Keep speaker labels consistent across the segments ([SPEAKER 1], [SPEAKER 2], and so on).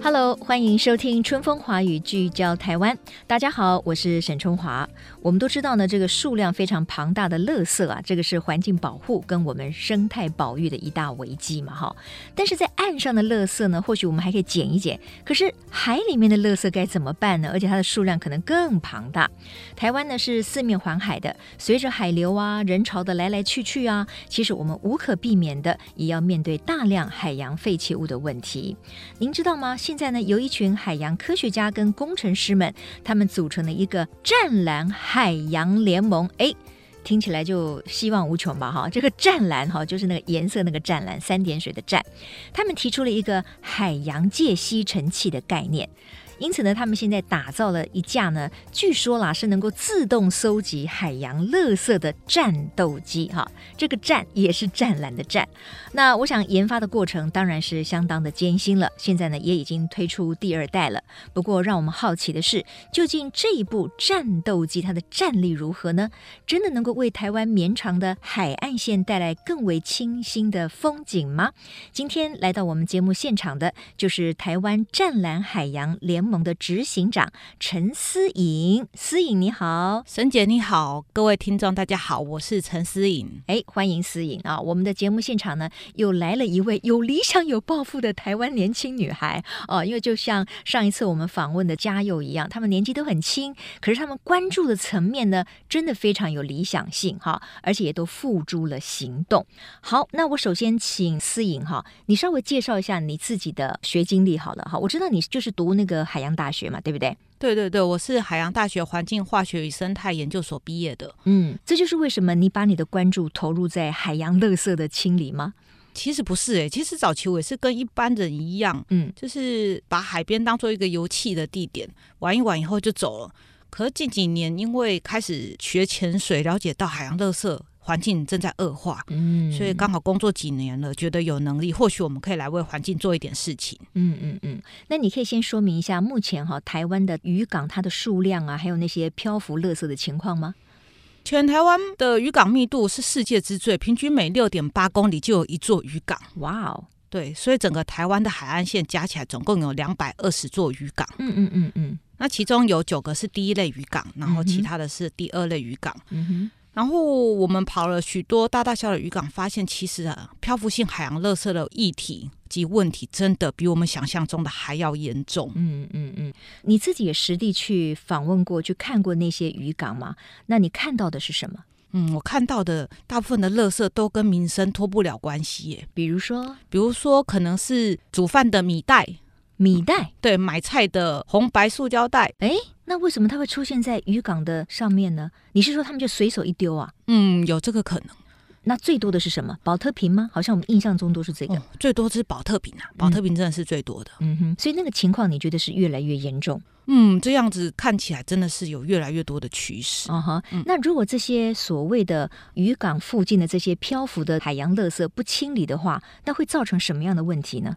[SPEAKER 1] Hello，欢迎收听《春风华语》，聚焦台湾。大家好，我是沈春华。我们都知道呢，这个数量非常庞大的垃圾啊，这个是环境保护跟我们生态保育的一大危机嘛，哈。但是在岸上的垃圾呢，或许我们还可以捡一捡，可是海里面的垃圾该怎么办呢？而且它的数量可能更庞大。台湾呢是四面环海的，随着海流啊、人潮的来来去去啊，其实我们无可避免的也要面对大量海洋废弃物的问题。您知道吗？现在呢，由一群海洋科学家跟工程师们，他们组成了一个“湛蓝海洋联盟”。哎。听起来就希望无穷吧，哈！这个湛蓝哈，就是那个颜色那个湛蓝，三点水的湛。他们提出了一个海洋界吸尘器的概念，因此呢，他们现在打造了一架呢，据说啦是能够自动搜集海洋垃圾的战斗机，哈，这个战也是湛蓝的湛。那我想研发的过程当然是相当的艰辛了，现在呢也已经推出第二代了。不过让我们好奇的是，究竟这一部战斗机它的战力如何呢？真的能够为台湾绵长的海岸线带来更为清新的风景吗？今天来到我们节目现场的就是台湾湛蓝海洋联盟的执行长陈思颖，思颖你好。
[SPEAKER 2] 沈姐你好，各位听众大家好，我是陈思颖。
[SPEAKER 1] 哎，欢迎思颖啊！我们的节目现场呢，又来了一位有理想、有抱负的台湾年轻女孩哦。因为就像上一次我们访问的嘉佑一样，她们年纪都很轻，可是她们关注的层面呢，真的非常有理想性哈，而且也都付诸了行动。好，那我首先请思颖哈，你稍微介绍一下你自己的学经历好了哈。我知道你就是读那个海洋大学嘛，对不对？
[SPEAKER 2] 对对对，我是海洋大学环境化学与生态研究所毕业的。
[SPEAKER 1] 嗯，这就是为什么你把你的关注投入在海洋垃圾的清理吗？
[SPEAKER 2] 其实不是诶、其实早期我也是跟一般人一样，
[SPEAKER 1] 嗯，
[SPEAKER 2] 就是把海边当做一个游憩的地点，玩一玩以后就走了。可是近几年因为开始学潜水，了解到海洋垃圾环境正在恶化，
[SPEAKER 1] 嗯
[SPEAKER 2] 所以刚好工作几年了，觉得有能力，或许我们可以来为环境做一点事情。
[SPEAKER 1] 嗯嗯嗯，那你可以先说明一下目前哈、台湾的渔港它的数量啊，还有那些漂浮垃圾的情况吗？
[SPEAKER 2] 全台湾的渔港密度是世界之最，平均每六点八公里就有一座渔港。
[SPEAKER 1] 哇哦，
[SPEAKER 2] 对，所以整个台湾的海岸线加起来总共有两百二十座渔港，
[SPEAKER 1] 嗯嗯嗯嗯
[SPEAKER 2] 那其中有九个是第一类渔港，然后
[SPEAKER 1] 嗯
[SPEAKER 2] 其
[SPEAKER 1] 哼
[SPEAKER 2] 他的是第二类渔港。
[SPEAKER 1] 嗯哼，
[SPEAKER 2] 然后我们跑了许多大大小小的渔港，发现其实啊，漂浮性海洋垃圾的议题及问题真的比我们想象中的还要严重。
[SPEAKER 1] 嗯嗯嗯，你自己也实地去访问过，去看过那些渔港吗？那你看到的是什么？
[SPEAKER 2] 嗯，我看到的大部分的垃圾都跟民生脱不了关系耶，
[SPEAKER 1] 比如说
[SPEAKER 2] 比如说可能是煮饭的米袋，
[SPEAKER 1] 米袋，
[SPEAKER 2] 对，买菜的红白塑胶袋，
[SPEAKER 1] 哎，那为什么它会出现在渔港的上面呢？你是说他们就随手一丢啊？
[SPEAKER 2] 嗯，有这个可能。
[SPEAKER 1] 那最多的是什么？保特瓶吗？好像我们印象中都是这个。
[SPEAKER 2] 哦，最多是保特瓶啊，保特瓶真的是最多的。
[SPEAKER 1] 嗯哼，所以那个情况你觉得是越来越严重？
[SPEAKER 2] 嗯，这样子看起来真的是有越来越多的趋势。
[SPEAKER 1] 啊哈，那如果这些所谓的渔港附近的这些漂浮的海洋垃圾不清理的话，那会造成什么样的问题呢？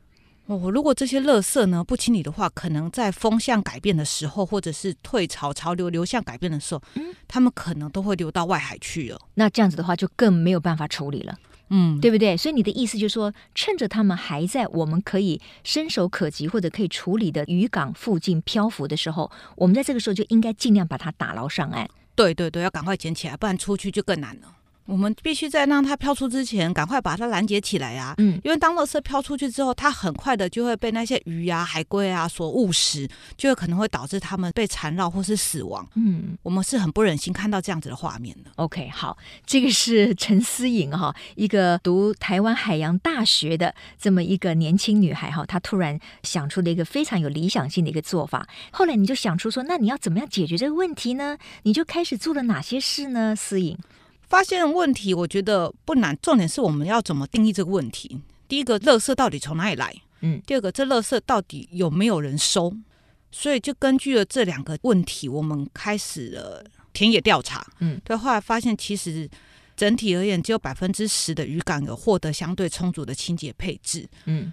[SPEAKER 2] 哦，如果这些垃圾呢不清理的话，可能在风向改变的时候，或者是退潮潮流流向改变的时候，
[SPEAKER 1] 嗯
[SPEAKER 2] 他们可能都会流到外海去了。
[SPEAKER 1] 那这样子的话，就更没有办法处理了，
[SPEAKER 2] 嗯，
[SPEAKER 1] 对不对？所以你的意思就是说，趁着他们还在我们可以伸手可及或者可以处理的渔港附近漂浮的时候，我们在这个时候就应该尽量把它打捞上岸。
[SPEAKER 2] 对对对，要赶快捡起来，不然出去就更难了。我们必须在让它飘出之前，赶快把它拦截起来啊！
[SPEAKER 1] 嗯
[SPEAKER 2] 因为当垃圾飘出去之后，它很快的就会被那些鱼啊、海龟啊所误食，就有可能会导致它们被缠绕或是死亡。
[SPEAKER 1] 嗯。
[SPEAKER 2] 我们是很不忍心看到这样子的画面的。
[SPEAKER 1] OK，好，这个是陈思颖哈，一个读台湾海洋大学的这么一个年轻女孩哈，她突然想出了一个非常有理想性的一个做法。后来你就想出说，那你要怎么样解决这个问题呢？你就开始做了哪些事呢？思颖，
[SPEAKER 2] 发现问题，我觉得不难，重点是我们要怎么定义这个问题。第一个，垃圾到底从哪里来？
[SPEAKER 1] 嗯
[SPEAKER 2] 第二个，这垃圾到底有没有人收？所以就根据了这两个问题，我们开始了田野调查。
[SPEAKER 1] 嗯，
[SPEAKER 2] 对，后来发现其实整体而言，只有百分之十的渔港有获得相对充足的清洁配置。
[SPEAKER 1] 嗯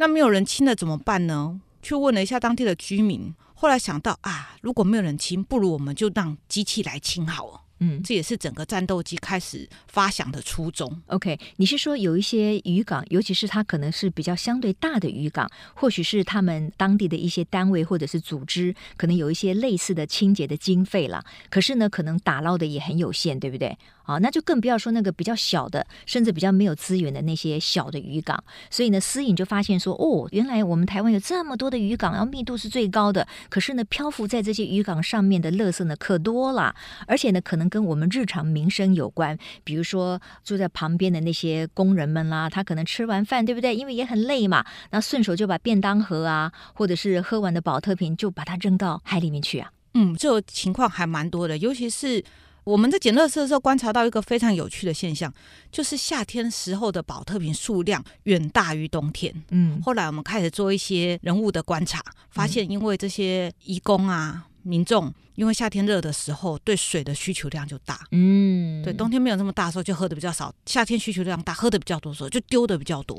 [SPEAKER 2] 那没有人清了怎么办呢？去问了一下当地的居民，后来想到啊，如果没有人清，不如我们就让机器来清好了。
[SPEAKER 1] 嗯
[SPEAKER 2] 这也是整个战斗机开始发想的初衷。
[SPEAKER 1] ，OK，你是说有一些渔港，尤其是它可能是比较相对大的渔港，或许是他们当地的一些单位或者是组织，可能有一些类似的清洁的经费啦。可是呢，可能打捞的也很有限，对不对？啊，那就更不要说那个比较小的，甚至比较没有资源的那些小的渔港。所以呢，私隐就发现说，哦，原来我们台湾有这么多的渔港，然后密度是最高的，可是呢，漂浮在这些渔港上面的垃圾呢可多了，而且呢，可能跟我们日常民生有关，比如说住在旁边的那些工人们啦，他可能吃完饭，对不对？因为也很累嘛，那顺手就把便当盒啊，或者是喝完的保特瓶，就把它扔到海里面去啊。
[SPEAKER 2] 嗯，这种情况还蛮多的，尤其是我们在捡垃圾的时候，观察到一个非常有趣的现象，就是夏天时候的保特瓶数量远大于冬天。
[SPEAKER 1] 嗯
[SPEAKER 2] 后来我们开始做一些人物的观察，发现因为这些义工啊、民众，因为夏天热的时候对水的需求量就大，
[SPEAKER 1] 嗯，
[SPEAKER 2] 对，冬天没有那么大的时候就喝的比较少，夏天需求量大，喝的比较多的时候就丢的比较多。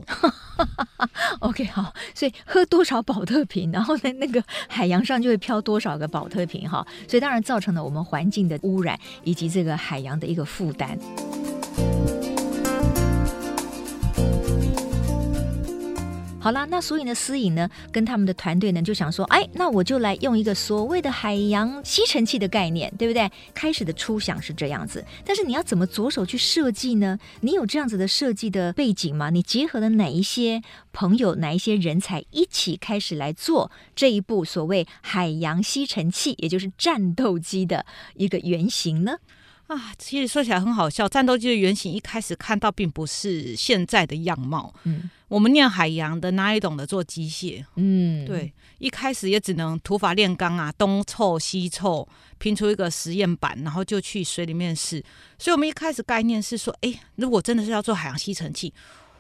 [SPEAKER 1] OK，好，所以喝多少保特瓶，然后呢，那个海洋上就会飘多少个保特瓶哈，所以当然造成了我们环境的污染以及这个海洋的一个负担。好啦，那所以呢，思颖呢跟他们的团队呢就想说，哎，那我就来用一个所谓的海洋吸尘器的概念，对不对？开始的初想是这样子，但是你要怎么着手去设计呢？你有这样子的设计的背景吗？你结合了哪一些朋友、哪一些人才一起开始来做这一部所谓海洋吸尘器，也就是战斗机的一个原型呢？
[SPEAKER 2] 啊，其实说起来很好笑，战斗机的原型一开始看到并不是现在的样貌。
[SPEAKER 1] 嗯
[SPEAKER 2] 我们念海洋的哪里懂得做机械？
[SPEAKER 1] 嗯，
[SPEAKER 2] 对，一开始也只能土法炼钢啊，东凑西凑拼出一个实验版，然后就去水里面试。所以我们一开始概念是说，诶，如果真的是要做海洋吸尘器，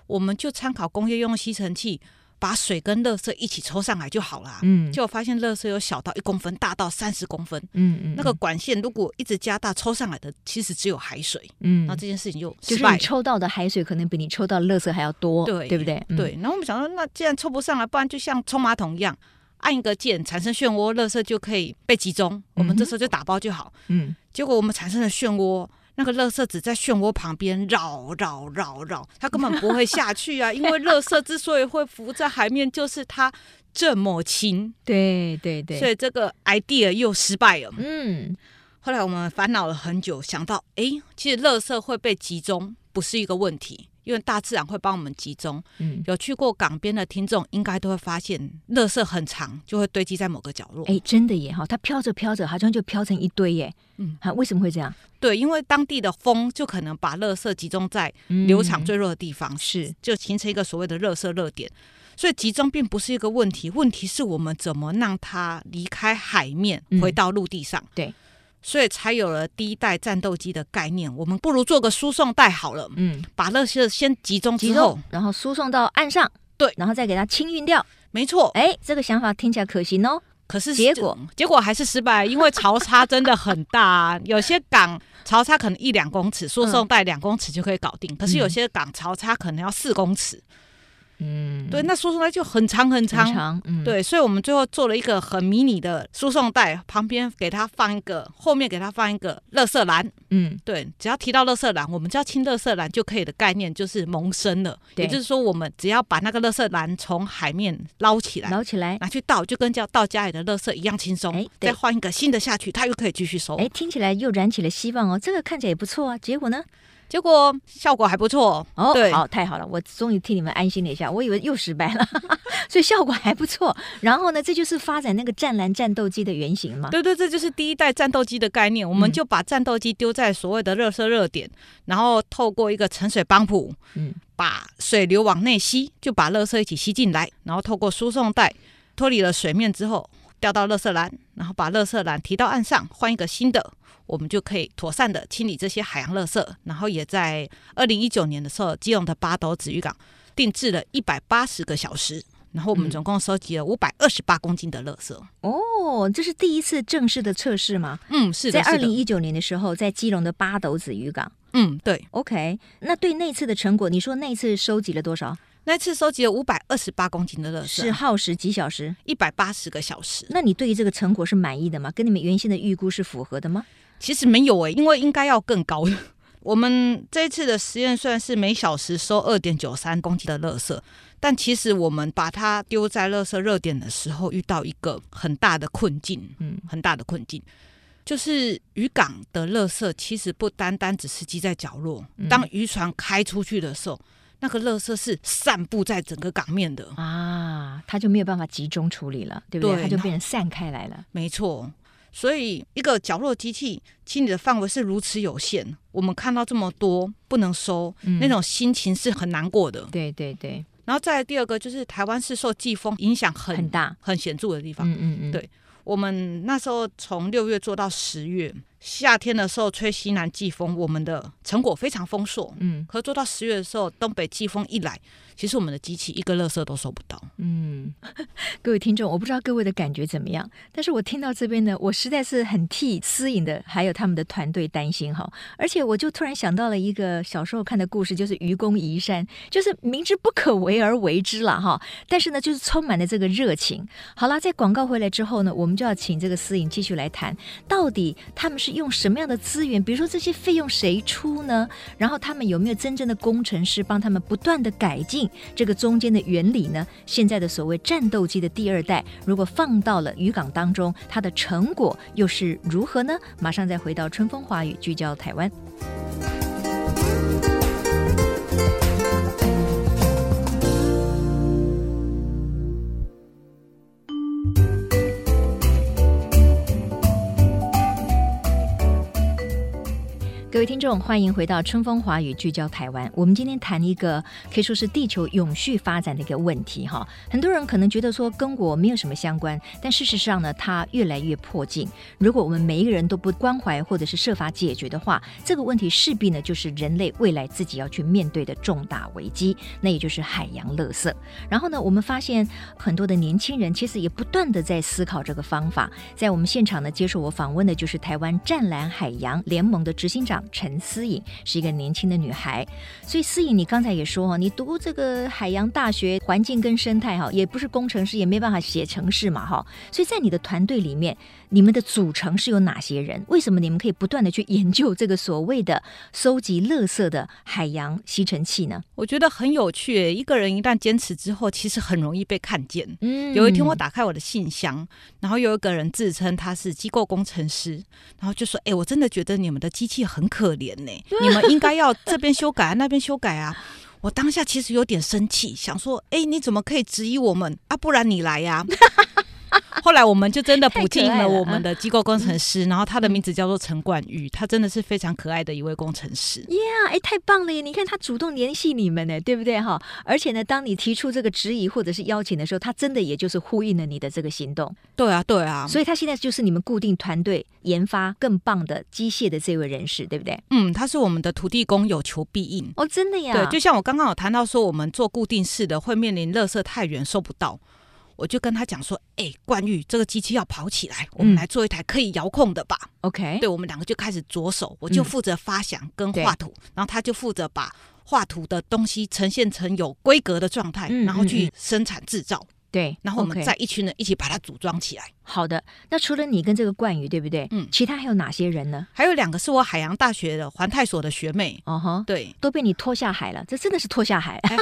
[SPEAKER 2] 我们就参考工业用吸尘器，把水跟垃圾一起抽上来就好啦。
[SPEAKER 1] 嗯，
[SPEAKER 2] 结果发现垃圾有小到一公分，大到三十公分。
[SPEAKER 1] 嗯嗯
[SPEAKER 2] 那个管线如果一直加大，抽上来的其实只有海水，
[SPEAKER 1] 嗯
[SPEAKER 2] 那这件事情就
[SPEAKER 1] 就
[SPEAKER 2] 失
[SPEAKER 1] 是
[SPEAKER 2] 败
[SPEAKER 1] 你
[SPEAKER 2] 了。
[SPEAKER 1] 抽到的海水可能比你抽到垃圾还要多，
[SPEAKER 2] 对
[SPEAKER 1] 不对？嗯，
[SPEAKER 2] 对，然后我们想说，那既然抽不上来，不然就像冲马桶一样，按一个键产生漩涡，垃圾就可以被集中。我们这时候就打包就好。
[SPEAKER 1] 嗯
[SPEAKER 2] 结果我们产生了漩涡，那个垃圾只在漩涡旁边绕绕绕绕，它根本不会下去啊！因为垃圾之所以会浮在海面，就是它这么轻，
[SPEAKER 1] 对对对，
[SPEAKER 2] 所以这个 idea 又失败了。
[SPEAKER 1] 嗯
[SPEAKER 2] 后来我们烦恼了很久，想到，诶，其实垃圾会被集中不是一个问题，因为大自然会帮我们集中。
[SPEAKER 1] 嗯，
[SPEAKER 2] 有去过港边的听众应该都会发现，垃圾很长，就会堆积在某个角落。
[SPEAKER 1] 哎，真的耶哈，它飘着飘着好像就飘成一堆耶，
[SPEAKER 2] 嗯
[SPEAKER 1] 啊，为什么会这样？
[SPEAKER 2] 对，因为当地的风就可能把垃圾集中在
[SPEAKER 1] 嗯
[SPEAKER 2] 流场最弱的地方，
[SPEAKER 1] 是
[SPEAKER 2] 就形成一个所谓的垃圾热点。所以集中并不是一个问题，问题是我们怎么让它离开海面
[SPEAKER 1] 嗯，
[SPEAKER 2] 回到陆地上。
[SPEAKER 1] 对。
[SPEAKER 2] 所以才有了第一代战斗机的概念，我们不如做个输送带好了，
[SPEAKER 1] 嗯，
[SPEAKER 2] 把垃圾先集中
[SPEAKER 1] 集
[SPEAKER 2] 之后
[SPEAKER 1] 中，，然后输送到岸上，
[SPEAKER 2] 对
[SPEAKER 1] 然后再给它清运掉。
[SPEAKER 2] 没错，
[SPEAKER 1] 哎，这个想法听起来可行哦。
[SPEAKER 2] 可是
[SPEAKER 1] 结
[SPEAKER 2] 就
[SPEAKER 1] 果
[SPEAKER 2] 结果还是失败，因为潮差真的很大、啊，有些港潮差可能一两公尺，输
[SPEAKER 1] 嗯
[SPEAKER 2] 送带两公尺就可以搞定，可是有些港潮差可能要四公尺，
[SPEAKER 1] 嗯，
[SPEAKER 2] 对，那输送带就很长很长。
[SPEAKER 1] 很长，嗯，，
[SPEAKER 2] 对，所以我们最后做了一个很迷你的输送带，旁边给它放一个，后面给它放一个垃圾篮。
[SPEAKER 1] 嗯
[SPEAKER 2] 对，只要提到垃圾篮，我们只要清垃圾篮就可以的概念就是萌生了。
[SPEAKER 1] 对
[SPEAKER 2] 也就是说，我们只要把那个垃圾篮从海面捞起来，
[SPEAKER 1] 捞起来，
[SPEAKER 2] 拿去倒，就跟叫倒家里的垃圾一样轻松。
[SPEAKER 1] 哎对
[SPEAKER 2] 再换一个新的下去，它又可以继续收。
[SPEAKER 1] 哎，听起来又燃起了希望哦。这个看起来也不错啊。结果呢？
[SPEAKER 2] 结果效果还不错。
[SPEAKER 1] 哦，
[SPEAKER 2] 对
[SPEAKER 1] 好，太好了，我终于替你们安心了一下，我以为又失败了， 所以效果还不错。然后呢，这就是发展那个战蓝战斗机的原型嘛。
[SPEAKER 2] 对对，这就是第一代战斗机的概念。我们
[SPEAKER 1] 嗯
[SPEAKER 2] 就把战斗机丢在所谓的热射热点，然后透过一个沉水帮浦，
[SPEAKER 1] 嗯
[SPEAKER 2] 把水流往内吸，就把垃圾一起吸进来，然后透过输送带脱离了水面之后，掉到垃圾篮，然后把垃圾篮提到岸上，换一个新的，我们就可以妥善的清理这些海洋垃圾。然后也在二零一九年的时候，基隆的八斗子渔港定制了一百八十个小时，然后我们
[SPEAKER 1] 嗯
[SPEAKER 2] 总共收集了五百二十八公斤的垃圾。
[SPEAKER 1] 哦，这是第一次正式的测试吗？
[SPEAKER 2] 嗯，是
[SPEAKER 1] 在
[SPEAKER 2] 的，
[SPEAKER 1] 二
[SPEAKER 2] 是
[SPEAKER 1] 零
[SPEAKER 2] 的，
[SPEAKER 1] 一九年的时候，在基隆的八斗子渔港。
[SPEAKER 2] 嗯，对，
[SPEAKER 1] OK，那对那次的成果，你说那次收集了多少？
[SPEAKER 2] 那次收集了五百二十八公斤的垃
[SPEAKER 1] 呃是啊
[SPEAKER 2] 圾，
[SPEAKER 1] 耗时几小时？
[SPEAKER 2] 一百八十个小时。
[SPEAKER 1] 那你对于这个成果是满意的吗？跟你们原先的预估是符合的吗？
[SPEAKER 2] 其实没有诶、因为应该要更高。 我们这一次的实验虽然是每小时收二点九三公斤的垃圾，但其实我们把它丢在垃圾热点的时候，遇到一个很大的困境，
[SPEAKER 1] 嗯，
[SPEAKER 2] 很大的困境，就是渔港的垃圾其实不单单只是积在角落，
[SPEAKER 1] 嗯
[SPEAKER 2] 当渔船开出去的时候，那个垃圾是散布在整个港面的。
[SPEAKER 1] 啊，它就没有办法集中处理了，对不对？
[SPEAKER 2] 对
[SPEAKER 1] 它就
[SPEAKER 2] 那
[SPEAKER 1] 变成散开来了。
[SPEAKER 2] 没错，所以一个角落机器清理的范围是如此有限，我们看到这么多不能收，
[SPEAKER 1] 嗯
[SPEAKER 2] 那种心情是很难过的。
[SPEAKER 1] 对对对，
[SPEAKER 2] 然后再来第二个就是台湾是受季风影响很
[SPEAKER 1] 很、大。
[SPEAKER 2] 很显著的地方。
[SPEAKER 1] 嗯嗯嗯，
[SPEAKER 2] 对我们那时候从六月做到十月，夏天的时候吹西南季风，我们的成果非常丰硕。
[SPEAKER 1] 嗯
[SPEAKER 2] 可做到十月的时候，东北季风一来，其实我们的机器一个垃圾都收不到。
[SPEAKER 1] 嗯，各位听众，我不知道各位的感觉怎么样，但是我听到这边呢，我实在是很替思颖的还有他们的团队担心哈。而且我就突然想到了一个小时候看的故事，就是《愚公移山》，就是明知不可为而为之了哈，但是呢，就是充满了这个热情。好啦，在广告回来之后呢，我们就要请这个思颖继续来谈，到底他们是用什么样的资源，比如说这些费用谁出呢？然后他们有没有真正的工程师帮他们不断的改进这个中间的原理呢？现在的所谓战斗机的第二代，如果放到了渔港当中，它的成果又是如何呢？马上再回到春风华语聚焦台湾。各位听众，欢迎回到春风华语聚焦台湾。我们今天谈一个可以说是地球永续发展的一个问题哈。很多人可能觉得说跟我没有什么相关，但事实上呢，它越来越迫近。如果我们每一个人都不关怀或者是设法解决的话，这个问题势必呢就是人类未来自己要去面对的重大危机，那也就是海洋垃圾。然后呢，我们发现很多的年轻人其实也不断的在思考这个方法。在我们现场呢，接受我访问的就是台湾湛蓝海洋联盟的执行长陈思颖，是一个年轻的女孩。所以思颖，你刚才也说哦，你读这个海洋大学环境跟生态哈，也不是工程师，也没办法写程式嘛哈。所以在你的团队里面，你们的组成是有哪些人？为什么你们可以不断的去研究这个所谓的收集垃圾的海洋吸尘器呢？
[SPEAKER 2] 我觉得很有趣耶，一个人一旦坚持之后，其实很容易被看见。
[SPEAKER 1] 嗯
[SPEAKER 2] 有一天我打开我的信箱，然后有一个人自称他是机构工程师，然后就说：“哎、我真的觉得你们的机器很可怜呢、你们应该要这边修改啊，那边修改啊。”我当下其实有点生气，想说：“哎、你怎么可以质疑我们啊？不然你来呀、后来我们就真的补进
[SPEAKER 1] 太可爱
[SPEAKER 2] 了
[SPEAKER 1] 了嗯
[SPEAKER 2] 我们的机构工程师，然后他的名字叫做陈冠宇，他真的是非常可爱的一位工程师。
[SPEAKER 1] 呀，哎，太棒了耶！你看他主动联系你们呢，对不对哈？而且呢，当你提出这个质疑或者是邀请的时候，他真的也就是呼应了你的这个行动，
[SPEAKER 2] 对啊，对啊，
[SPEAKER 1] 所以他现在就是你们固定团队研发更棒的机械的这位人士，对不对？
[SPEAKER 2] 嗯，他是我们的土地公，有求必应。
[SPEAKER 1] 哦，真的呀，
[SPEAKER 2] 对，就像我刚刚有谈到说，我们做固定式的会面临垃圾太远收不到，我就跟他讲说，哎、冠玉，这个机器要跑起来，我们
[SPEAKER 1] 嗯
[SPEAKER 2] 来做一台可以遥控的吧。
[SPEAKER 1] OK，
[SPEAKER 2] 对，我们两个就开始着手，我就
[SPEAKER 1] 嗯
[SPEAKER 2] 负责发想跟
[SPEAKER 1] 对
[SPEAKER 2] 画图，然后他就负责把画图的东西呈现成有规格的状态，
[SPEAKER 1] 嗯
[SPEAKER 2] 然后
[SPEAKER 1] 嗯
[SPEAKER 2] 去生产制造，
[SPEAKER 1] 对，
[SPEAKER 2] 然后我们
[SPEAKER 1] OK
[SPEAKER 2] 再一群人一起把它组装起来。
[SPEAKER 1] 好的。那除了你跟这个冠宇，对不对？
[SPEAKER 2] 嗯
[SPEAKER 1] 其他还有哪些人呢？
[SPEAKER 2] 还有两个是我海洋大学的环太所的学妹，
[SPEAKER 1] 哦哈，
[SPEAKER 2] 对，
[SPEAKER 1] 都被你拖下海了，这真的是拖下
[SPEAKER 2] 哎
[SPEAKER 1] 海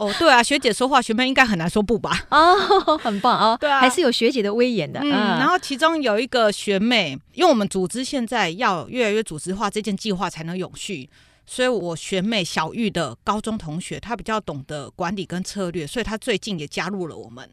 [SPEAKER 2] 哦，对啊，学姐说话，学妹应该很难说不吧？
[SPEAKER 1] 哦，很棒哦，
[SPEAKER 2] 对啊
[SPEAKER 1] 还是有学姐的威严的，啊
[SPEAKER 2] 嗯，然后其中有一个学妹，因为我们组织现在要越来越组织化，这件计划才能永续。所以，我学妹小玉的高中同学，她比较懂得管理跟策略，所以她最近也加入了我们。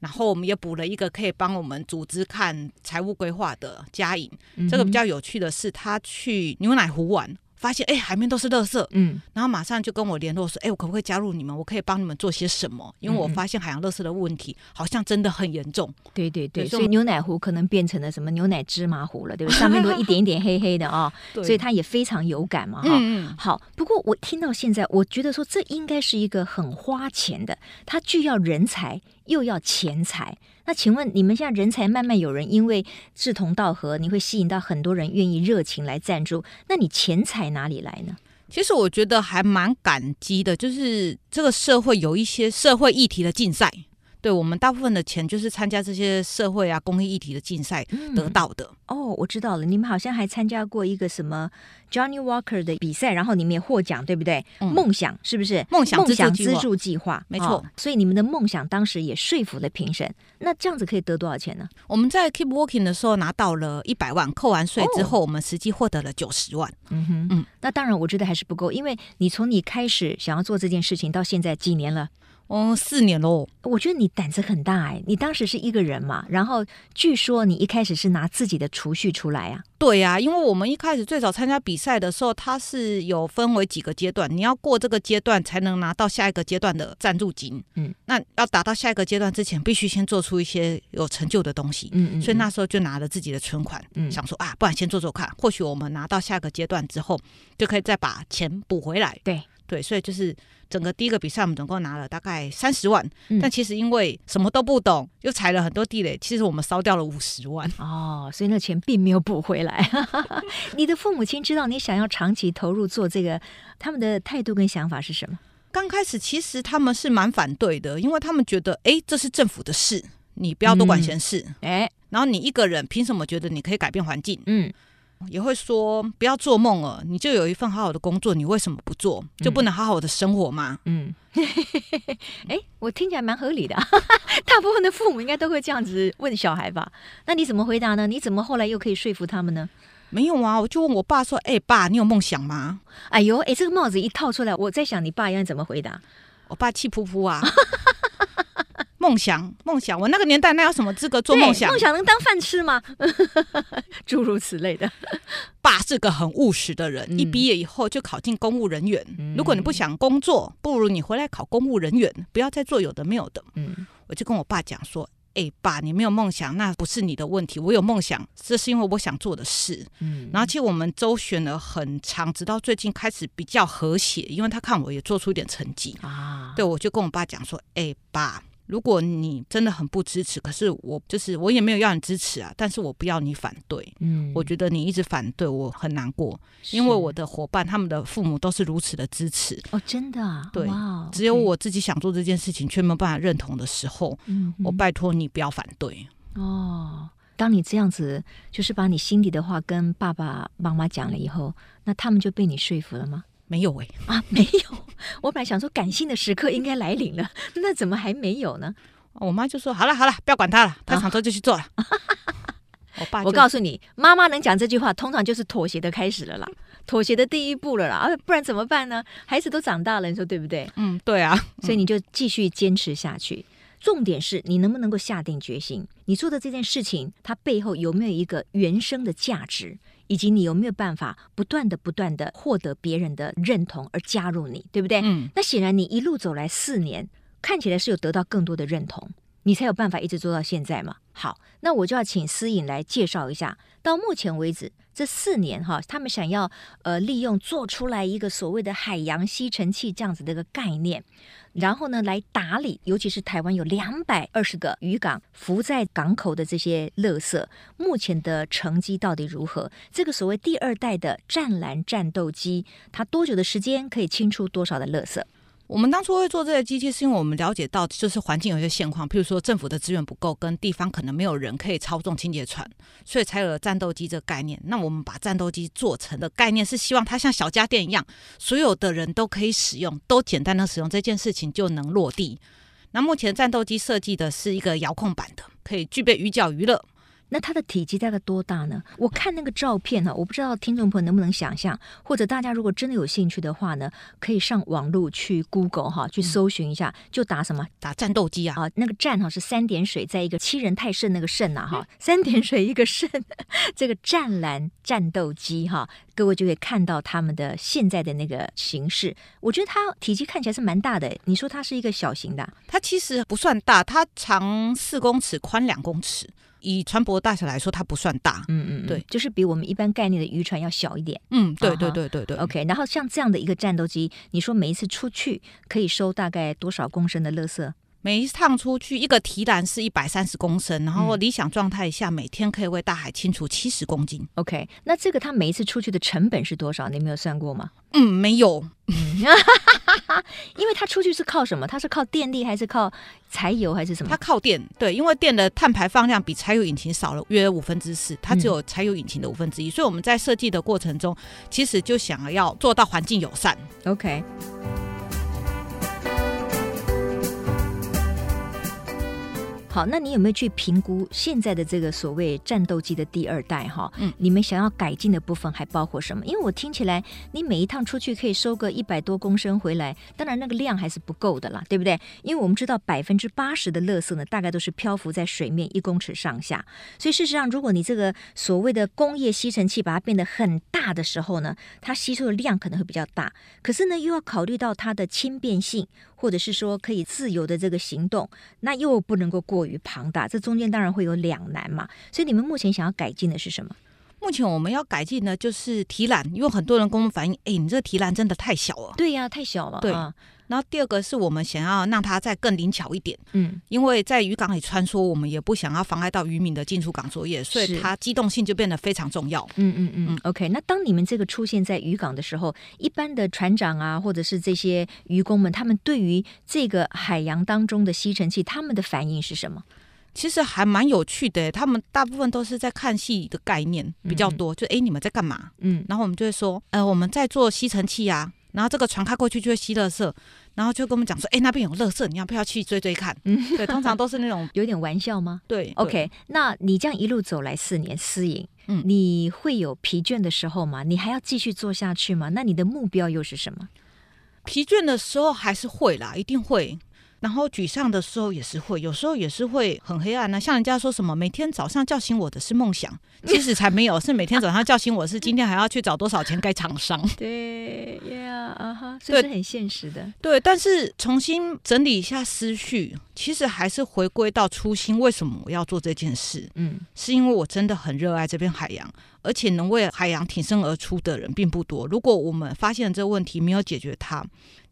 [SPEAKER 2] 然后，我们也补了一个可以帮我们组织
[SPEAKER 1] 嗯
[SPEAKER 2] 看财务规划的佳颖。这个比较有趣的是，她去牛奶湖玩，发现哎、海面都是垃圾，
[SPEAKER 1] 嗯
[SPEAKER 2] 然后马上就跟我联络说，哎、我可不可以加入你们？我可以帮你们做些什么？因为我
[SPEAKER 1] 嗯嗯
[SPEAKER 2] 发现海洋垃圾的问题好像真的很严重。
[SPEAKER 1] 对对对，
[SPEAKER 2] 对
[SPEAKER 1] 所
[SPEAKER 2] 所以
[SPEAKER 1] 以
[SPEAKER 2] 我们
[SPEAKER 1] 牛奶壶可能变成了什么牛奶芝麻糊了，对不 对？上面都一点一点黑黑的 哦，所以它也非常有感嘛哈。
[SPEAKER 2] 嗯嗯，
[SPEAKER 1] 好，不过我听到现在，我觉得说这应该是一个很花钱的，它既要人才又要钱财。那请问你们现在人才慢慢有人因为志同道合，你会吸引到很多人愿意热情来赞助，那你钱财哪里来呢？
[SPEAKER 2] 其实我觉得还蛮感激的，就是这个社会有一些社会议题的竞赛，对我们大部分的钱就是参加这些社会啊公益议题的竞赛
[SPEAKER 1] 嗯
[SPEAKER 2] 得到的。
[SPEAKER 1] 哦，我知道了，你们好像还参加过一个什么 Johnny Walker 的比赛，然后你们也获奖，对不对？
[SPEAKER 2] 嗯
[SPEAKER 1] 梦想是不是？
[SPEAKER 2] 梦想
[SPEAKER 1] 梦
[SPEAKER 2] 资助
[SPEAKER 1] 想
[SPEAKER 2] 计
[SPEAKER 1] 资
[SPEAKER 2] 划
[SPEAKER 1] 助计划，
[SPEAKER 2] 没错
[SPEAKER 1] 哦所以你们的梦想当时也说服了评审，那这样子可以得多少钱呢？
[SPEAKER 2] 我们在 Keep Working 的时候拿到了一百万，扣完税之
[SPEAKER 1] 哦
[SPEAKER 2] 后，我们实际获得了九十万。
[SPEAKER 1] 嗯哼，嗯
[SPEAKER 2] 嗯，
[SPEAKER 1] 那当然，我觉得还是不够，因为你从你开始想要做这件事情到现在几年了，
[SPEAKER 2] 嗯，四年喽。
[SPEAKER 1] 我觉得你胆子很大哎。你当时是一个人嘛，然后据说你一开始是拿自己的储蓄出来啊，
[SPEAKER 2] 对呀、因为我们一开始最早参加比赛的时候，它是有分为几个阶段，你要过这个阶段才能拿到下一个阶段的赞助金。
[SPEAKER 1] 嗯，
[SPEAKER 2] 那要达到下一个阶段之前，必须先做出一些有成就的东西。
[SPEAKER 1] 嗯嗯，
[SPEAKER 2] 所以
[SPEAKER 1] 嗯
[SPEAKER 2] 那时候就拿了自己的存款，
[SPEAKER 1] 嗯
[SPEAKER 2] 想说啊，不然先做做看，或许我们拿到下个阶段之后，就可以再把钱补回来。
[SPEAKER 1] 对
[SPEAKER 2] 对，所以就是整个第一个比赛，我们总共拿了大概三十万，
[SPEAKER 1] 嗯
[SPEAKER 2] 但其实因为什么都不懂，又踩了很多地雷，其实我们烧掉了五十万。
[SPEAKER 1] 哦，所以那钱并没有补回来。 你的父母亲知道你想要长期投入做这个，他们的态度跟想法是什么？
[SPEAKER 2] 刚开始其实他们是蛮反对的，因为他们觉得，哎，这是政府的事，你不要多管闲事。
[SPEAKER 1] 哎，
[SPEAKER 2] 然后你一个人凭什么觉得你可以改变环境？
[SPEAKER 1] 嗯，
[SPEAKER 2] 也会说不要做梦了，你就有一份好好的工作，你为什么不做？就不能好好的生活吗？
[SPEAKER 1] 嗯，哎，我听起来蛮合理的啊， 大部分的父母应该都会这样子问小孩吧？那你怎么回答呢？你怎么后来又可以说服他们呢？
[SPEAKER 2] 没有啊，我就问我爸说：“哎、爸，你有梦想吗
[SPEAKER 1] 哎呦，哎，这个帽子一套出来，我在想你爸应该怎么回答？”
[SPEAKER 2] 我爸气噗 噗啊，梦想，梦想，我那个年代那有什么资格做梦想？
[SPEAKER 1] 对梦想能当饭吃吗？ 诸如此类的。
[SPEAKER 2] 爸是个很务实的人，
[SPEAKER 1] 嗯
[SPEAKER 2] 一毕业以后就考进公务人员。
[SPEAKER 1] 嗯
[SPEAKER 2] 如果你不想工作，不如你回来考公务人员，不要再做有的没有的。
[SPEAKER 1] 嗯，
[SPEAKER 2] 我就跟我爸讲说。哎、爸，你没有梦想，那不是你的问题。我有梦想，这是因为我想做的事。
[SPEAKER 1] 嗯
[SPEAKER 2] 然后，其实我们周旋了很长，直到最近开始比较和谐，因为他看我也做出一点成绩。
[SPEAKER 1] 啊，
[SPEAKER 2] 对，我就跟我爸讲说，哎、爸，如果你真的很不支持，可是我就是我也没有要你支持啊，但是我不要你反对。
[SPEAKER 1] 嗯
[SPEAKER 2] 我觉得你一直反对我很难过，因为我的伙伴他们的父母都是如此的支持，
[SPEAKER 1] 哦，真的啊，
[SPEAKER 2] 对
[SPEAKER 1] 哇哦
[SPEAKER 2] 只有
[SPEAKER 1] OK
[SPEAKER 2] 我自己想做这件事情却没有办法认同的时候，
[SPEAKER 1] 嗯
[SPEAKER 2] 我
[SPEAKER 1] 嗯
[SPEAKER 2] 拜托你不要反对。
[SPEAKER 1] 哦，当你这样子，就是把你心底的话跟爸爸妈妈讲了以后，那他们就被你说服了吗？
[SPEAKER 2] 没有欸诶、
[SPEAKER 1] 啊，没有。我本来想说感性的时刻应该来临了， 那怎么还没有呢？
[SPEAKER 2] 我妈就说好了好了，不要管他了，他想做就去做了。我爸
[SPEAKER 1] 啊
[SPEAKER 2] 就
[SPEAKER 1] 我告诉你，妈妈能讲这句话，通常就是妥协的开始了啦，妥协的第一步了啦，啊，不然怎么办呢？孩子都长大了，你说对不对？
[SPEAKER 2] 嗯，对啊，
[SPEAKER 1] 所以你就继续坚持下去。重点是你能不能够下定决心，你做的这件事情，它背后有没有一个原生的价值，以及你有没有办法不断的、不断的获得别人的认同而加入你，对不对？
[SPEAKER 2] 嗯，
[SPEAKER 1] 那显然你一路走来四年，看起来是有得到更多的认同，你才有办法一直做到现在嘛。好，那我就要请思颖来介绍一下，到目前为止这四年哈，他们想要呃利用做出来一个所谓的海洋吸尘器这样子的一个概念，然后呢来打理，尤其是台湾有两百二十个渔港浮在港口的这些垃圾，目前的成绩到底如何？这个所谓第二代的湛蓝战斗机，它多久的时间可以清出多少的垃圾？
[SPEAKER 2] 我们当初会做这个机器，是因为我们了解到，就是环境有一些现况，譬如说政府的资源不够，跟地方可能没有人可以操纵清洁船，所以才有了战斗机这个概念。那我们把战斗机做成的概念是希望它像小家电一样，所有的人都可以使用，都简单的使用这件事情就能落地。那目前战斗机设计的是一个遥控版的，可以具备鱼角娱乐。
[SPEAKER 1] 那它的体积大概多大呢？我看那个照片呢、我不知道听众朋友能不能想象，或者大家如果真的有兴趣的话呢，可以上网络去 Google 哈，去搜寻一下，就打什么
[SPEAKER 2] 打战斗机啊，
[SPEAKER 1] 啊，那个战哈是三点水，在一个七人太盛那个盛呐、哈，
[SPEAKER 2] 嗯
[SPEAKER 1] 三点水一个盛， 这个战蓝战斗机哈，各位就会看到他们的现在的那个形式。我觉得它体积看起来是蛮大的，你说它是一个小型的啊、
[SPEAKER 2] 它其实不算大，它长四公尺，宽两公尺。以船舶大小来说，它不算大。
[SPEAKER 1] 嗯嗯，嗯
[SPEAKER 2] 对，
[SPEAKER 1] 就是比我们一般概念的渔船要小一点。
[SPEAKER 2] 嗯，对
[SPEAKER 1] 啊
[SPEAKER 2] 对
[SPEAKER 1] 哈
[SPEAKER 2] 对对对。
[SPEAKER 1] OK，然后像这样的一个战斗机，你说每一次出去可以收大概多少公升的垃圾？
[SPEAKER 2] 每一趟出去，一个提篮是一百三十公升，然后
[SPEAKER 1] 嗯
[SPEAKER 2] 理想状态下，每天可以为大海清除七十公斤。
[SPEAKER 1] OK，那这个它每一次出去的成本是多少？你没有算过吗？
[SPEAKER 2] 嗯，没有，
[SPEAKER 1] 因为它出去是靠什么？它是靠电力还是靠柴油还是什么
[SPEAKER 2] 它？靠电，对，因为电的碳排放量比柴油引擎少了约五分之四，它只有柴油引擎的五分之一，所以我们在设计的过程中，其实就想要做到环境友善。
[SPEAKER 1] OK，好，那你有没有去评估现在的这个所谓战斗机的第二代哈？
[SPEAKER 2] 嗯
[SPEAKER 1] 你们想要改进的部分还包括什么？因为我听起来你每一趟出去可以收个一百多公升回来，当然那个量还是不够的啦，对不对？因为我们知道百分之八十的垃圾呢，大概都是漂浮在水面一公尺上下，所以事实上，如果你这个所谓的工业吸尘器把它变得很大的时候呢，它吸收的量可能会比较大，可是呢，又要考虑到它的轻便性，或者是说可以自由的这个行动，那又不能够过于庞大，这中间当然会有两难嘛。所以你们目前想要改进的是什么？
[SPEAKER 2] 目前我们要改进的就是提篮，因为很多人跟我们反映，哎、你这个提篮真的太小了。
[SPEAKER 1] 对呀、太小了。
[SPEAKER 2] 对
[SPEAKER 1] 啊
[SPEAKER 2] 然后第二个是我们想要让它再更灵巧一点，
[SPEAKER 1] 嗯，
[SPEAKER 2] 因为在渔港里穿梭，我们也不想要妨碍到渔民的进出港作业，所以
[SPEAKER 1] 是
[SPEAKER 2] 它机动性就变得非常重要。
[SPEAKER 1] 嗯嗯嗯
[SPEAKER 2] 嗯
[SPEAKER 1] ，OK。那当你们这个出现在渔港的时候，一般的船长啊，或者是这些渔工们，他们对于这个海洋当中的吸尘器，他们的反应是什么？
[SPEAKER 2] 其实还蛮有趣的，他们大部分都是在看戏的概念比较多，就哎、诶你们在干嘛？
[SPEAKER 1] 嗯，
[SPEAKER 2] 然后我们就会说，呃，我们在做吸尘器啊。然后这个船开过去就会吸垃圾，然后就跟我们讲说，哎，那边有垃圾，你要不要去追追 看？对，通常都是那种
[SPEAKER 1] 有点玩笑吗？
[SPEAKER 2] 对
[SPEAKER 1] OK，那你这样一路走来四年私营，
[SPEAKER 2] 嗯
[SPEAKER 1] 你会有疲倦的时候吗？你还要继续做下去吗？那你的目标又是什么？
[SPEAKER 2] 疲倦的时候还是会啦，一定会。然后沮丧的时候也是会，有时候也是会很黑暗呢、啊像人家说什么，每天早上叫醒我的是梦想，其实才没有， 是每天早上叫醒我是今天还要去找多少钱给厂商。
[SPEAKER 1] 对呀，啊哈，
[SPEAKER 2] 所以
[SPEAKER 1] 很现实的。
[SPEAKER 2] 对，但是重新整理一下思绪，其实还是回归到初心，为什么我要做这件事？
[SPEAKER 1] 嗯
[SPEAKER 2] 是因为我真的很热爱这片海洋，而且能为海洋挺身而出的人并不多。如果我们发现这个问题没有解决它，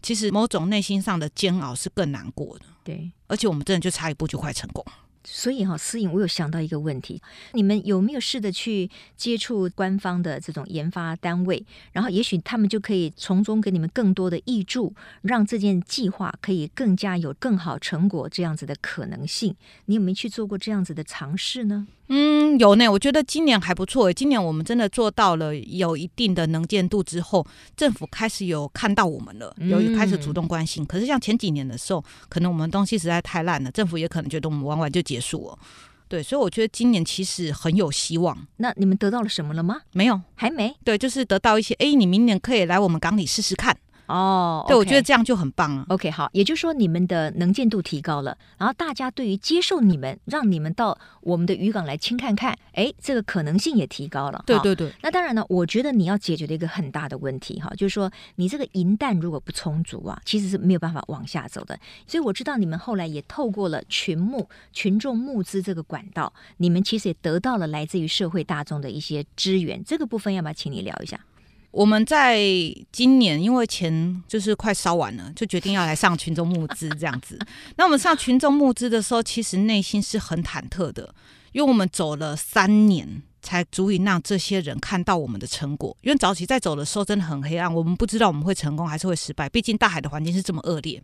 [SPEAKER 2] 其实某种内心上的煎熬是更难过的。
[SPEAKER 1] 对。
[SPEAKER 2] 而且我们真的就差一步就快成功。
[SPEAKER 1] 所以哈、思颖，我有想到一个问题，你们有没有试着去接触官方的这种研发单位，然后也许他们就可以从中给你们更多的益助，让这件计划可以更加有更好成果这样子的可能性？你有没有去做过这样子的尝试呢？
[SPEAKER 2] 嗯，有呢，我觉得今年还不错诶。欸今年我们真的做到了有一定的能见度之后，政府开始有看到我们了，有
[SPEAKER 1] 嗯
[SPEAKER 2] 开始主动关心。可是像前几年的时候，可能我们东西实在太烂了，政府也可能觉得我们玩玩就结束了。对，所以我觉得今年其实很有希望。
[SPEAKER 1] 那你们得到了什么了吗？
[SPEAKER 2] 没有，
[SPEAKER 1] 还没
[SPEAKER 2] 对，就是得到一些，哎，你明年可以来我们港里试试看。
[SPEAKER 1] 哦
[SPEAKER 2] 对，我觉得这样就很棒啊。
[SPEAKER 1] OK 好，也就是说你们的能见度提高了，然后大家对于接受你们，让你们到我们的渔港来亲看看，哎，这个可能性也提高了。
[SPEAKER 2] 对
[SPEAKER 1] 哈。
[SPEAKER 2] 对对，
[SPEAKER 1] 那当然呢，我觉得你要解决的一个很大的问题哈，就是说你这个银弹如果不充足啊，其实是没有办法往下走的。所以我知道你们后来也透过了群募、群众募资这个管道，你们其实也得到了来自于社会大众的一些支援。这个部分要不要请你聊一下？
[SPEAKER 2] 我们在今年因为钱就是快烧完了，就决定要来上群众募资这样子。那我们上群众募资的时候，其实内心是很忐忑的，因为我们走了三年。才足以让这些人看到我们的成果，因为早期在走的时候真的很黑暗，我们不知道我们会成功还是会失败，毕竟大海的环境是这么恶劣。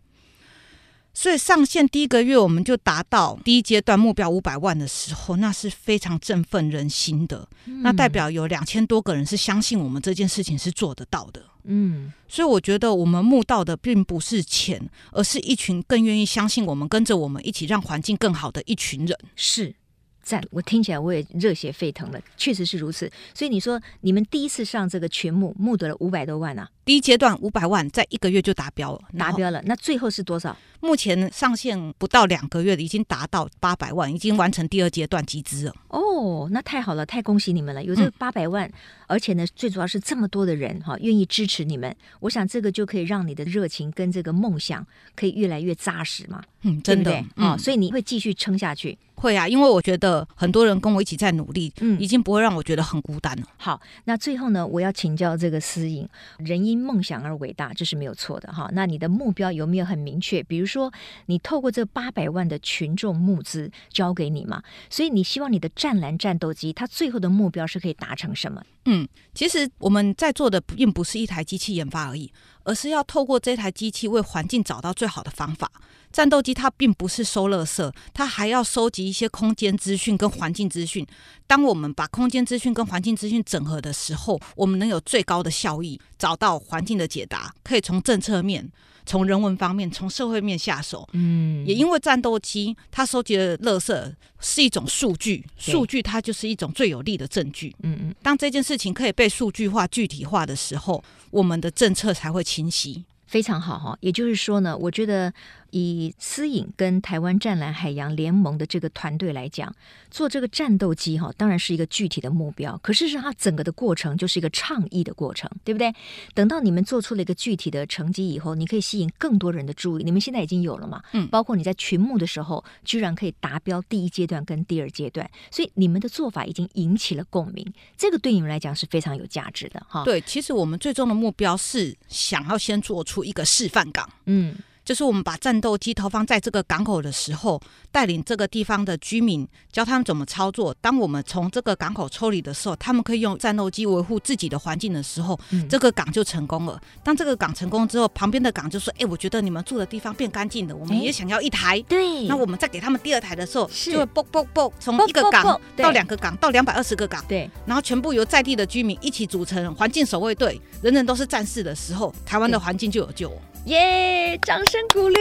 [SPEAKER 2] 所以上线第一个月我们就达到第一阶段目标五百万的时候，那是非常振奋人心的。那代表有两千多个人是相信我们这件事情是做得到的。
[SPEAKER 1] 嗯，
[SPEAKER 2] 所以我觉得我们募到的并不是钱，而是一群更愿意相信我们、跟着我们一起让环境更好的一群人。
[SPEAKER 1] 是。赞，我听起来我也热血沸腾了，确实是如此。所以你说你们第一次上这个群募，募得了五百多万啊，
[SPEAKER 2] 第一阶段五百万，在一个月就达标了，
[SPEAKER 1] 达。标了，那最后是多少？
[SPEAKER 2] 目前上线不到两个月的，已经达到八百万，已经完成第二阶段集资了。
[SPEAKER 1] 哦，那太好了，太恭喜你们了！有这
[SPEAKER 2] 嗯
[SPEAKER 1] 八百万，而且呢，最主要是这么多的人哈、愿意支持你们，我想这个就可以让你的热情跟这个梦想可以越来越扎实嘛，
[SPEAKER 2] 嗯，真的
[SPEAKER 1] 对不对
[SPEAKER 2] 嗯
[SPEAKER 1] 哦，所以你会继续撑下去。
[SPEAKER 2] 会啊，因为我觉得很多人跟我一起在努力，
[SPEAKER 1] 嗯
[SPEAKER 2] 已经不会让我觉得很孤单了。
[SPEAKER 1] 好，那最后呢，我要请教这个思颖，人因梦想而伟大，这是没有错的哈。那你的目标有没有很明确？比如说，你透过这八百万的群众募资交给你嘛，所以你希望你的湛蓝战斗机它最后的目标是可以达成什么？
[SPEAKER 2] 嗯，其实我们在做的并不是一台机器研发而已，而是要透过这台机器为环境找到最好的方法。战斗机它并不是收垃圾，它还要收集一些空间资讯跟环境资讯。当我们把空间资讯跟环境资讯整合的时候，我们能有最高的效益，找到环境的解答，可以从政策面、从人文方面、从社会面下手。
[SPEAKER 1] 嗯
[SPEAKER 2] 也因为战斗机它收集的垃圾是一种数据，
[SPEAKER 1] 对
[SPEAKER 2] 数据它就是一种最有力的证据。
[SPEAKER 1] 嗯嗯，
[SPEAKER 2] 当这件事情可以被数据化、具体化的时候，我们的政策才会清晰。
[SPEAKER 1] 非常好哈。也就是说呢，我觉得以思颖跟台湾湛蓝海洋联盟的这个团队来讲，做这个战斗机哈，当然是一个具体的目标，可是是它整个的过程就是一个倡议的过程，对不对？等到你们做出了一个具体的成绩以后，你可以吸引更多人的注意。你们现在已经有了嘛？
[SPEAKER 2] 嗯
[SPEAKER 1] 包括你在群募的时候，居然可以达标第一阶段跟第二阶段，所以你们的做法已经引起了共鸣，这个对你们来讲是非常有价值的哈。，
[SPEAKER 2] 对，其实我们最终的目标是想要先做出一个示范港，
[SPEAKER 1] 嗯。
[SPEAKER 2] 就是我们把战斗机投放在这个港口的时候，带领这个地方的居民，教他们怎么操作。当我们从这个港口抽离的时候，他们可以用战斗机维护自己的环境的时候，
[SPEAKER 1] 嗯
[SPEAKER 2] 这个港就成功了。当这个港成功之后，旁边的港就说：“哎、我觉得你们住的地方变干净了，我们
[SPEAKER 1] 哎
[SPEAKER 2] 也想要一台。
[SPEAKER 1] 对，
[SPEAKER 2] 那我们再给他们第二台的时候，
[SPEAKER 1] 嗯是
[SPEAKER 2] 就会啵啵啵，从
[SPEAKER 1] 啵
[SPEAKER 2] 一个
[SPEAKER 1] 啵啵
[SPEAKER 2] 港
[SPEAKER 1] 对
[SPEAKER 2] 到两个港到两百二十个港，
[SPEAKER 1] 对
[SPEAKER 2] 然后全部由在地的居民一起组成环境守卫队，人人都是战士的时候，台湾的环境就有救。
[SPEAKER 1] 耶掌声鼓励。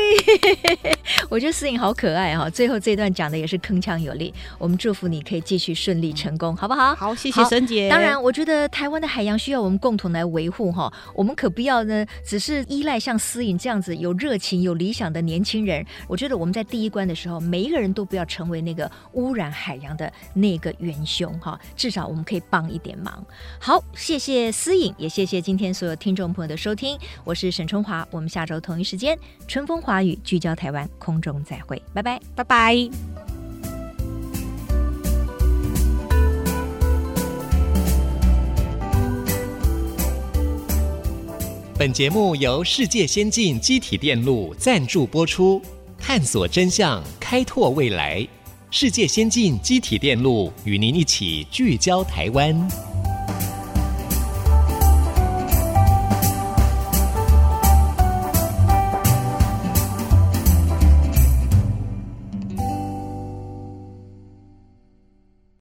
[SPEAKER 1] 我觉得思颖好可爱哈、最后这段讲的也是铿锵有力。我们祝福你可以继续顺利成功，好不好？
[SPEAKER 2] 好，谢
[SPEAKER 1] 好
[SPEAKER 2] 谢沈姐。
[SPEAKER 1] 当然，我觉得台湾的海洋需要我们共同来维护哈，我们可不要呢，只是依赖像思颖这样子有热情、有理想的年轻人。我觉得我们在第一关的时候，每一个人都不要成为那个污染海洋的那个元凶哈，至少我们可以帮一点忙。好，谢谢思颖，也谢谢今天所有听众朋友的收听，我是沈春华，我们下周同一时间春风华语聚焦台湾空中再会，拜拜。
[SPEAKER 2] 拜拜。
[SPEAKER 3] 本节目由世界先进机体电路赞助播出，探索真相，开拓未来。世界先进机体电路与您一起聚焦台湾。